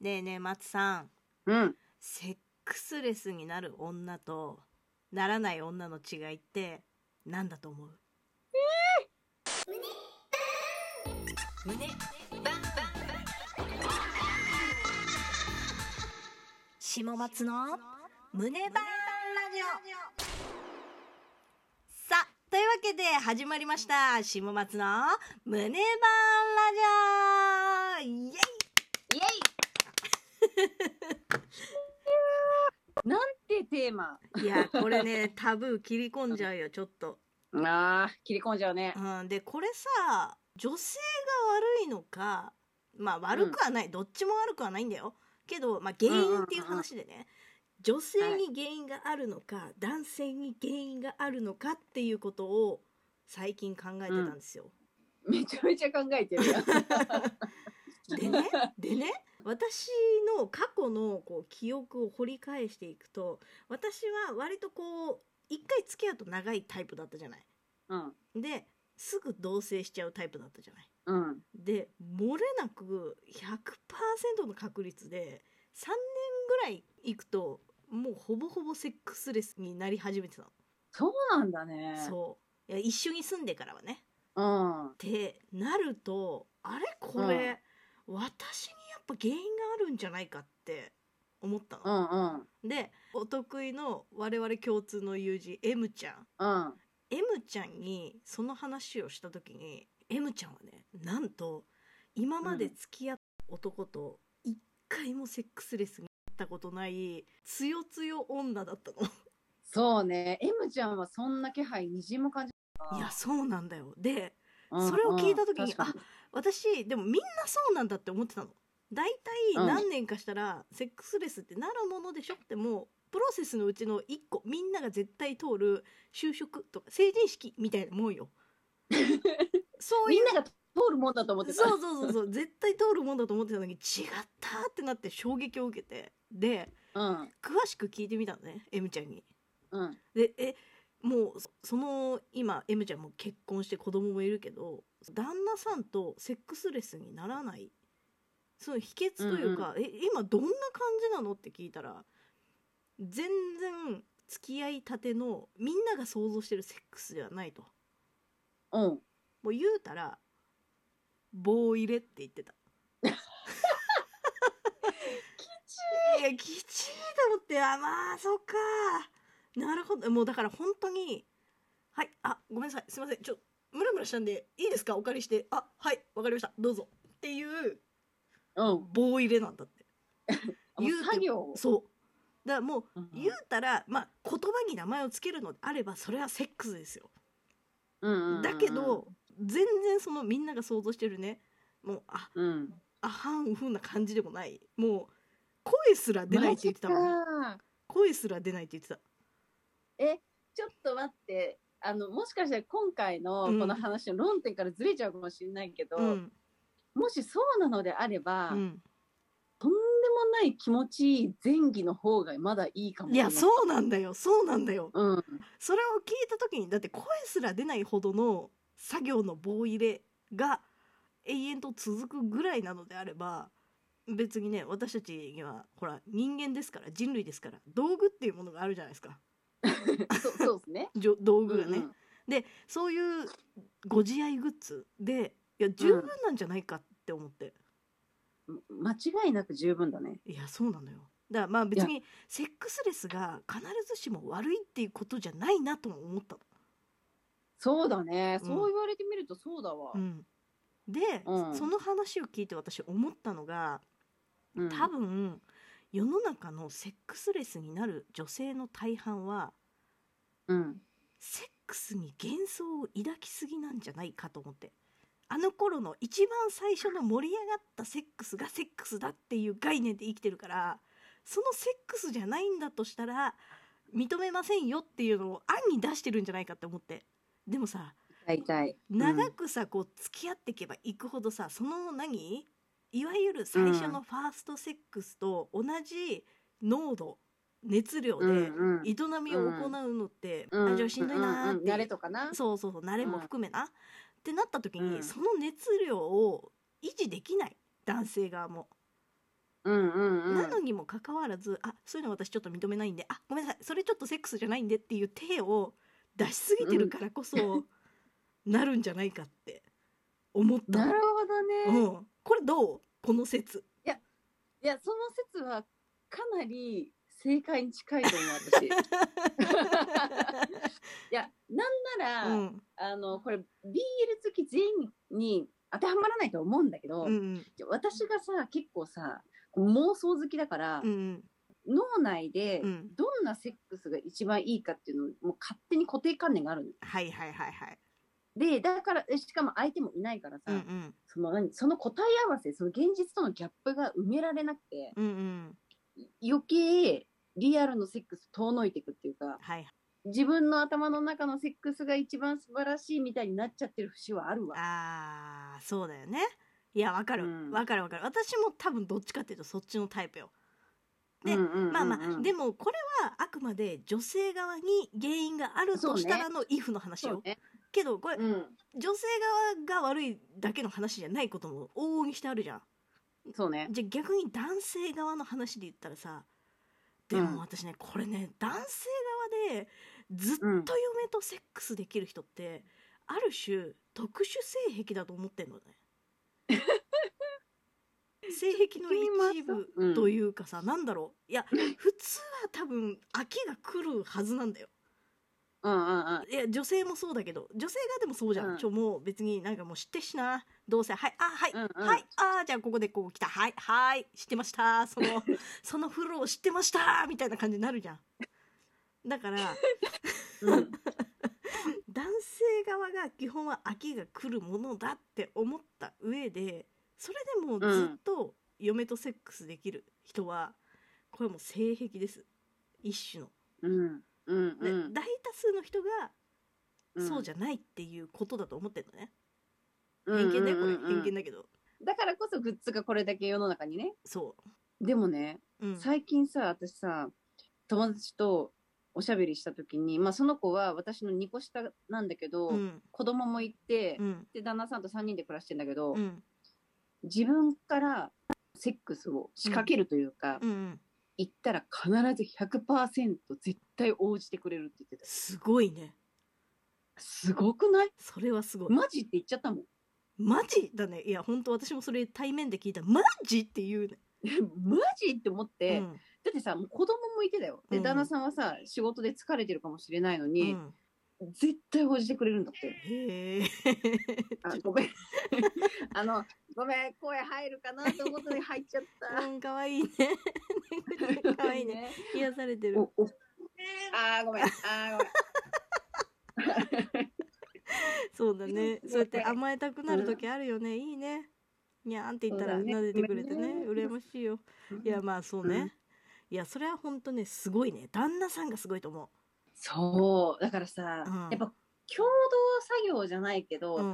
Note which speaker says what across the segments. Speaker 1: ねえねえ松さん
Speaker 2: うん。
Speaker 1: セックスレスになる女とならない女の違いって何だと思う胸バン下松の胸バンバンラジオさあというわけで始まりました下松の胸バンラジオイエイ
Speaker 2: イエイなんてテーマ。
Speaker 1: いや、これね、タブー切り込んじゃうよ、ちょっと。
Speaker 2: ああ、切り込んじゃうね。
Speaker 1: うん、で、これさ、女性が悪いのか、まあ悪くはない、どっちも悪くはないんだよ。けど、まあ原因っていう話でね、女性に原因があるのか、男性に原因があるのかっていうことを最近考えてたんですよ。
Speaker 2: めちゃめちゃ考えてるやん。
Speaker 1: でね、でね、私の過去のこう記憶を掘り返していくと、私は割とこう、一回付き合うと長いタイプだったじゃない。
Speaker 2: うん。
Speaker 1: ですぐ同棲しちゃうタイプだったじゃない。
Speaker 2: うん。
Speaker 1: で漏れなく100%の確率で3年ぐらい行くともうほぼほぼセックスレスになり始めてたの。
Speaker 2: そうなんだね。
Speaker 1: そういや一緒に住んでからはね。
Speaker 2: う。ん。
Speaker 1: ってなるとあれこれ、私にやっぱ原因があるんじゃないかって思った
Speaker 2: う
Speaker 1: の。
Speaker 2: んうん。
Speaker 1: でお得意の我々共通の友人 M ちゃん
Speaker 2: うん。
Speaker 1: M ちゃんにその話をした時に M ちゃんはねなんと今まで付き合った男と一回もセックスレスになったことないつよつよ女だったの。
Speaker 2: そうね。M ちゃんはそんな気配みじんも感じない
Speaker 1: やそうなんだよで
Speaker 2: うん
Speaker 1: それを聞いた時に
Speaker 2: うん確か
Speaker 1: 私でもみんなそうなんだって思ってたの。大
Speaker 2: う
Speaker 1: 体
Speaker 2: ん
Speaker 1: 何年かしたら、セックスレスってなるものでしょってもうプロセスのうちの一個みんなが絶対通る就職とか成人式みたいなもん よ。そういう
Speaker 2: みんなが通るもんだと思ってた。
Speaker 1: そうそうそうそう絶対通るもんだと思ってたのに違ったってなって衝撃を受けてで
Speaker 2: うん。
Speaker 1: 詳しく聞いてみたのね M ちゃんに。
Speaker 2: うん。
Speaker 1: でえもうそその今 M ちゃんも結婚して子供もいるけど旦那さんとセックスレスにならないその秘訣というか、え今どんな感じなのって聞いたら全然付き合いたてのみんなが想像してるセックスではないと
Speaker 2: うん。
Speaker 1: もう言うたら棒入れって言ってた。いやきちいと思ってあまあそっかなるほどもうだから本当にはいあごめんなさいすいませんちょムラムラしたんでいいですかお借りしてあはいわかりましたどうぞっていう
Speaker 2: うん。
Speaker 1: 棒入れなんだって
Speaker 2: も
Speaker 1: 言う
Speaker 2: う
Speaker 1: て
Speaker 2: 作業を。
Speaker 1: そうだからもう
Speaker 2: うん
Speaker 1: 言うたら、まあ、言葉に名前をつけるのであればそれはセックスですよ
Speaker 2: うんうんうん
Speaker 1: だけど、全然そのみんなが想像してるねもうあ
Speaker 2: うん。
Speaker 1: あはんふんな感じでもないもう声すら出ないって言ってたもん
Speaker 2: マジか
Speaker 1: 声すら出ないって言ってた
Speaker 2: ちょっと待って、あの、もしかしたら今回の
Speaker 1: うん
Speaker 2: この話の論点からずれちゃうかもしれないけど、
Speaker 1: うん
Speaker 2: もしそうなのであれば、
Speaker 1: うん
Speaker 2: とんでもない気持ちいい前儀の方がまだいいかも
Speaker 1: い
Speaker 2: しれな
Speaker 1: や
Speaker 2: い。
Speaker 1: そうなんだよそうなんだよ
Speaker 2: うん。
Speaker 1: それを聞いた時にだって声すら出ないほどの作業の棒入れが永遠と続くぐらいなのであれば別にね私たちにはほら人間ですから人類ですから道具っていうものがあるじゃないですか
Speaker 2: そうそうですね。
Speaker 1: じょ道具がね、
Speaker 2: うんうん
Speaker 1: そういうご自愛グッズでいや十分なんじゃないかって思って、
Speaker 2: 間違いなく十分だね。
Speaker 1: いやそうなのよだからまあ別にセックスレスが必ずしも悪いっていうことじゃないなとも思ったの
Speaker 2: そうだね。
Speaker 1: うん
Speaker 2: そう言われてみるとそうだわ
Speaker 1: う。ん、で、
Speaker 2: うん
Speaker 1: その話を聞いて私思ったのが
Speaker 2: うん。
Speaker 1: 多分世の中のセックスレスになる女性の大半は
Speaker 2: うん。
Speaker 1: セックスに幻想を抱きすぎなんじゃないかと思ってあの頃の一番最初の盛り上がったセックスがセックスだっていう概念で生きてるからそのセックスじゃないんだとしたら認めませんよっていうのを案に出してるんじゃないかって思ってでもさ
Speaker 2: 大体。
Speaker 1: 長くさ、こう付き合っていけばいくほどさその何いわゆる最初のファーストセックスと同じ濃度熱量
Speaker 2: うん。う
Speaker 1: で
Speaker 2: ん
Speaker 1: 営みを行うのって、
Speaker 2: うん。
Speaker 1: あじゃあしんどいなー
Speaker 2: う
Speaker 1: っ
Speaker 2: ん
Speaker 1: て、
Speaker 2: うん慣れとかな。
Speaker 1: そうそうそう慣れも含めな、ってなった時に、
Speaker 2: うん
Speaker 1: その熱量を維持できない男性側も
Speaker 2: うんうんうん。
Speaker 1: なのにもかかわらず「あそういうの私ちょっと認めないんであごめんなさいそれちょっとセックスじゃないんで」っていう手を出しすぎてるからこそ、なるんじゃないかって思った
Speaker 2: なるほどね。
Speaker 1: うん、これどうこの 説
Speaker 2: いや、その説はかなり正解に近いと思う、 私。いや、なんなら、
Speaker 1: うん
Speaker 2: あの、これ、BL 好き全員に当てはまらないと思うんだけど、
Speaker 1: うん
Speaker 2: 私がさ、結構さ、妄想好きだから、
Speaker 1: うん
Speaker 2: 脳内で
Speaker 1: う、ん
Speaker 2: どんなセックスが一番いいかっていうのをもう勝手に固定観念があるの。
Speaker 1: はいはいはいはい
Speaker 2: で、だから、えしかも相手もいないからさ、
Speaker 1: うんうん
Speaker 2: その何その答え合わせ、その現実とのギャップが埋められなくて、
Speaker 1: うんうん
Speaker 2: 余計リアルのセックス遠のいていくっていうか、
Speaker 1: はい
Speaker 2: 自分の頭の中のセックスが一番素晴らしいみたいになっちゃってる節はあるわ。
Speaker 1: あーそうだよねいやわか
Speaker 2: う
Speaker 1: る
Speaker 2: ん
Speaker 1: わ、かるわかる私も多分どっちかっていうとそっちのタイプよで
Speaker 2: うんうんうんうん
Speaker 1: まあまあ、でもこれはあくまで女性側に原因があるとしたらのイフの話
Speaker 2: そ
Speaker 1: よ、
Speaker 2: うね。
Speaker 1: けどこれ、
Speaker 2: うん。
Speaker 1: 女性側が悪いだけの話じゃないことも往々にしてあるじゃん
Speaker 2: そうね。
Speaker 1: じゃあ逆に男性側の話で言ったらさで
Speaker 2: うん
Speaker 1: も私ね、これね男性側でずっと
Speaker 2: うん
Speaker 1: 嫁とセックスできる人って、ある種特殊性癖だと思ってん のね性癖の一部というかさ、なんだろういや普通は多分飽きが来るはずなんだよ
Speaker 2: うんうんうん。
Speaker 1: いや女性もそうだけど女性がでもそうじゃん、
Speaker 2: うん
Speaker 1: ちょもう別になんかもう知ってっしなどうせはいあはい、
Speaker 2: うんうん
Speaker 1: はいあーじゃあここでこう来たはいはい知ってましたそ のそのフロー知ってましたみたいな感じになるじゃんだから
Speaker 2: うん
Speaker 1: 男性側が基本は飽きが来るものだって思った上でそれでもずっと嫁とセックスできる人は、これもう性癖です一種の、
Speaker 2: うんうん
Speaker 1: で
Speaker 2: うん
Speaker 1: 大多数の人が
Speaker 2: うん。
Speaker 1: そうじゃないっていうことだと思ってんのね、
Speaker 2: ゃ
Speaker 1: 偏見だよこれ偏見
Speaker 2: だ。
Speaker 1: だけど
Speaker 2: だからこそグッズがこれだけ世の中にね。
Speaker 1: そ
Speaker 2: でもね、
Speaker 1: う、うん、
Speaker 2: 最近さ、私さ、友達とおしゃべりした時に、まあその子は私の2個下なんだけど
Speaker 1: う、ん
Speaker 2: 子供もいて
Speaker 1: う、ん
Speaker 2: で旦那さんと3人で暮らしてんだけど、
Speaker 1: うん
Speaker 2: 自分からセックスを仕掛けるというか、
Speaker 1: うんうん
Speaker 2: 言ったら必ず100%絶対応じてくれるって言ってた
Speaker 1: すごいね
Speaker 2: すごくない
Speaker 1: それはすごい
Speaker 2: マジって言っちゃったもん
Speaker 1: マジだねいや本当私もそれ対面で聞いたらマジって言うね、
Speaker 2: マジって思って、
Speaker 1: う
Speaker 2: だ
Speaker 1: ん
Speaker 2: ってさもう子供もいてだよで
Speaker 1: うん
Speaker 2: 旦那さんはさ仕事で疲れてるかもしれないの
Speaker 1: う
Speaker 2: に、
Speaker 1: ん、
Speaker 2: 絶対応じてくれるんだ って
Speaker 1: へえ
Speaker 2: あごめん あのごめん声入るかなと思ったのに入っちゃった
Speaker 1: うんかわいいね かわいいね癒されてる
Speaker 2: おおあーごめんあーごめん
Speaker 1: そうだねそうやって甘えたくなる時あるよね、いいねにゃーんって言ったら
Speaker 2: そうだね
Speaker 1: 撫でてくれてね
Speaker 2: ごめんね
Speaker 1: 羨ましいよ いやまあそうね、
Speaker 2: うん
Speaker 1: いやそれは本当ねすごいね旦那さんがすごいと思
Speaker 2: そう、だからさ、
Speaker 1: うん
Speaker 2: やっぱ共同作業じゃないけど、
Speaker 1: う、うん、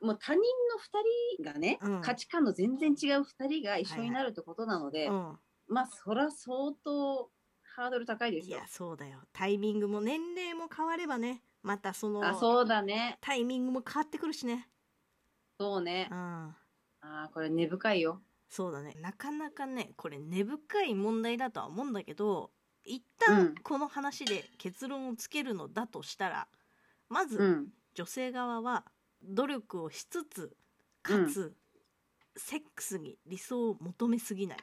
Speaker 2: もう他人の2人がね、
Speaker 1: うん
Speaker 2: 価値観の全然違う2人が一緒になるってことなので、
Speaker 1: うん
Speaker 2: まあそら相当ハードル高いです
Speaker 1: い
Speaker 2: よ
Speaker 1: や。そうだよタイミングも年齢も変わればねまたその
Speaker 2: あ、そうだね。
Speaker 1: タイミングも変わってくるしね
Speaker 2: そうね
Speaker 1: う。ん
Speaker 2: あーこれ根深いよ。
Speaker 1: そうだねなかなかねこれ根深い問題だとは思うんだけど一
Speaker 2: う
Speaker 1: 旦
Speaker 2: ん
Speaker 1: この話で結論をつけるのだとしたらま
Speaker 2: う
Speaker 1: ず
Speaker 2: ん。
Speaker 1: 女性側は努力をしつつかつ、セックスに理想を求めすぎない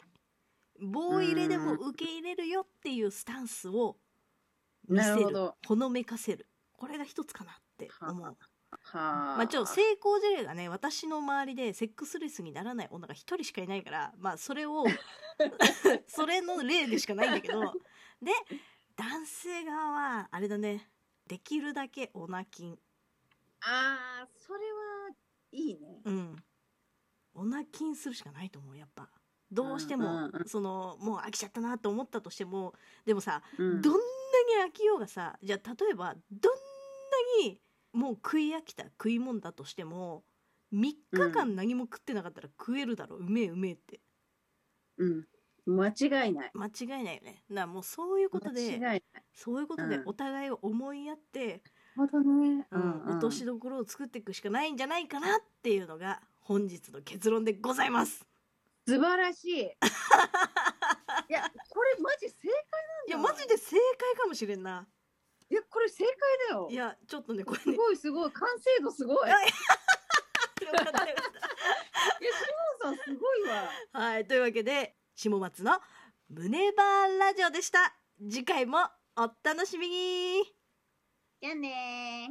Speaker 1: 棒入れでも受け入れるよっていうスタンスを見せ
Speaker 2: なる
Speaker 1: る
Speaker 2: ほど
Speaker 1: ほのめかせるこれが一つかなって思う。
Speaker 2: はあ。
Speaker 1: まあ、ちょっと成功事例がね私の周りでセックスレスにならない女が一人しかいないから、まあ、それ をそれの例でしかないんだけどで男性側はあれだねできるだけオナキン
Speaker 2: ああ、それはいいね。
Speaker 1: うんオナキンするしかないと思うやっぱどうしても、
Speaker 2: うんうんうん
Speaker 1: そのもう飽きちゃったなと思ったとしてもでもさ、
Speaker 2: うん
Speaker 1: どんなに飽きようがさじゃあ例えばどんなにもう食い飽きた食い物だとしても3日間何も食ってなかったら食えるだろう、うめえうめえって
Speaker 2: うん。間違いない。
Speaker 1: 間違いないよねだからもうそういうこと
Speaker 2: 間違い
Speaker 1: で
Speaker 2: ない。
Speaker 1: そういうことで
Speaker 2: うん
Speaker 1: お互いを思いやって、
Speaker 2: ほどね。
Speaker 1: うん落としどころを作っていくしかないんじゃないかなっていうのが本日の結論でございます
Speaker 2: 素晴らし い。いや、これマジ正解なんだ。
Speaker 1: いやマジで正解かもしれんない
Speaker 2: や、これ正解だよ。
Speaker 1: いやちょっとねこれ
Speaker 2: す
Speaker 1: ね
Speaker 2: ごいすごい。完成度すごい。
Speaker 1: い
Speaker 2: い
Speaker 1: や
Speaker 2: や、
Speaker 1: よかったよかっ
Speaker 2: シモンさんすごいわ。
Speaker 1: た はいというわけで下松の「胸バーラジオ」でした次回もお楽しみに
Speaker 2: じゃあねー。